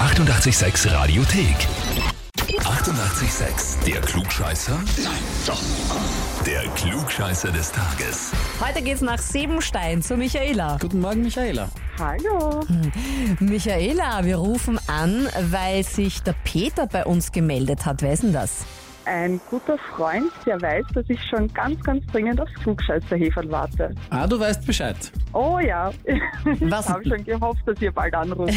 886 Radiothek. 88,6. Der Klugscheißer? Nein, doch. Der Klugscheißer des Tages. Heute geht's nach Sebenstein zu Michaela. Guten Morgen, Michaela. Hallo. Michaela, wir rufen an, weil sich der Peter bei uns gemeldet hat. Wer ist denn das? Ein guter Freund, der weiß, dass ich schon ganz, ganz dringend aufs Klugscheißerheferl warte. Ah, du weißt Bescheid. Oh ja, ich Was- habe schon gehofft, dass ihr bald anruft.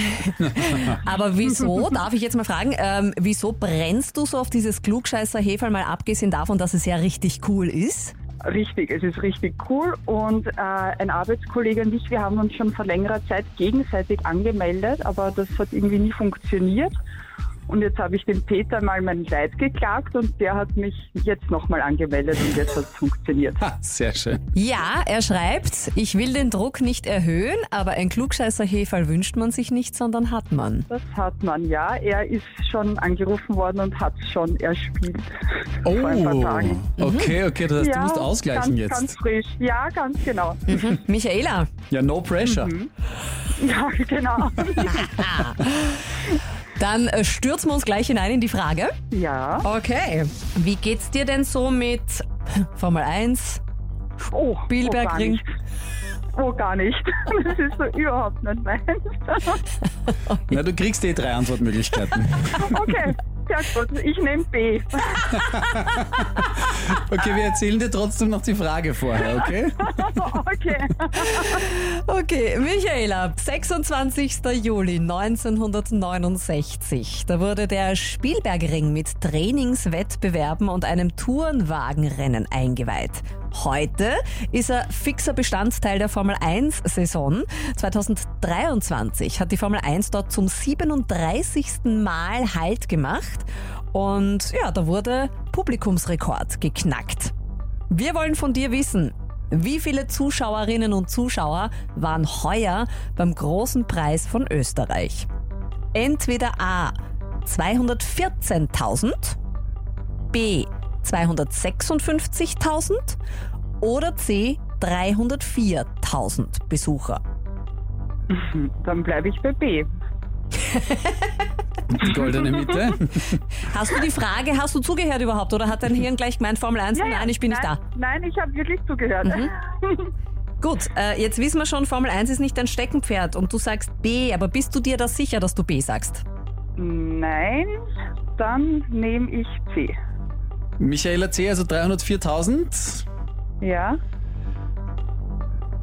Aber wieso, darf ich jetzt mal fragen, ähm, wieso brennst du so auf dieses klugscheißer Heferl, mal abgesehen davon, dass es ja richtig cool ist? Richtig, es ist richtig cool und äh, ein Arbeitskollege und ich, wir haben uns schon vor längerer Zeit gegenseitig angemeldet, aber das hat irgendwie nie funktioniert. Und jetzt habe ich dem Peter mal mein Leid geklagt und der hat mich jetzt nochmal angemeldet und jetzt hat es funktioniert. Ha, sehr schön. Ja, er schreibt, ich will den Druck nicht erhöhen, aber ein klugscheißer Heferl wünscht man sich nicht, sondern hat man. Das hat man, ja. Er ist schon angerufen worden und hat schon erspielt. Vor ein Oh. paar Tagen. Mhm. okay, okay, das heißt, du musst ausgleichen Oh. ganz, jetzt. Ganz frisch. Ja, ganz genau. Michaela, Ja, no pressure. Mhm. Ja, genau. dann äh, stürzen wir uns gleich hinein in die Frage. ja. Okay. Wie geht's dir denn so mit Formel 1? Oh, oh, gar Spielbergring. nicht. Oh, gar nicht. Das ist so überhaupt nicht meins. Na, du kriegst eh drei Antwortmöglichkeiten. Okay, sehr gut. Ich nehme B. Okay, wir erzählen dir trotzdem noch die Frage vorher, okay? Okay. Okay, Michaela, 26. Juli 1969. Da wurde der Spielbergring mit Trainingswettbewerben und einem Tourenwagenrennen eingeweiht. Heute ist er fixer Bestandteil der Formel 1 Saison. 2023 hat die Formel 1 dort zum 37. Mal Halt gemacht und ja, da wurde Publikumsrekord geknackt. Wir wollen von dir wissen, wie viele Zuschauerinnen und Zuschauer waren heuer beim großen Preis von Österreich? Entweder A 214.000, B 256.000 oder C 304.000 Besucher. Dann bleibe ich bei B. Die goldene Mitte. Hast du die Frage, hast du zugehört überhaupt oder hat dein Hirn gleich gemeint Formel 1? nein, ich bin nicht nein, da. Nein, ich habe wirklich zugehört. Gut, äh, jetzt wissen wir schon, Formel 1 ist nicht dein Steckenpferd und du sagst B, aber bist du dir das sicher, dass du B sagst? Mhm. Nein, dann nehme ich C. Michaela C., also 304.000. Ja.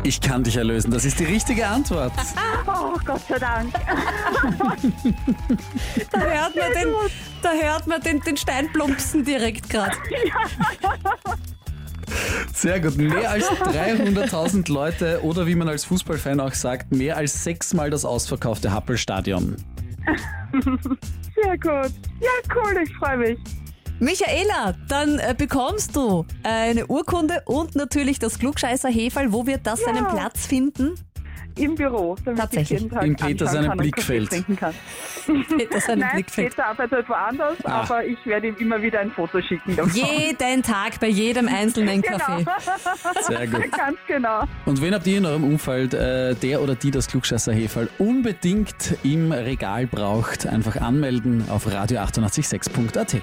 Ich kann dich erlösen, das ist die richtige Antwort. Oh, Gott sei Dank. Da hört man den, da hört man den, den Steinplumpsen direkt gerade. Sehr gut. Mehr als 300.000 Leute oder wie man als Fußballfan auch sagt, mehr als sechsmal das ausverkaufte Happelstadion. Sehr gut. Ja, cool, ich freue mich. Michaela, dann äh, bekommst du äh, eine Urkunde und natürlich das Klugscheißer Heferl. Wo wird das seinen Platz finden? Im Büro, damit Tatsächlich. ich jeden Tag In Peter anschauen seinem kann und Blickfeld. Kaffee trinken kann. Peter, seinen Nein, Blickfeld. Peter arbeitet woanders, Ah. aber ich werde ihm immer wieder ein Foto schicken. davon. Jeden Tag bei jedem einzelnen Genau. Kaffee. Sehr gut. Ganz genau. Und wen habt ihr in eurem Umfeld, äh, der oder die das Klugscheißer Heferl unbedingt im Regal braucht, einfach anmelden auf radio886.at.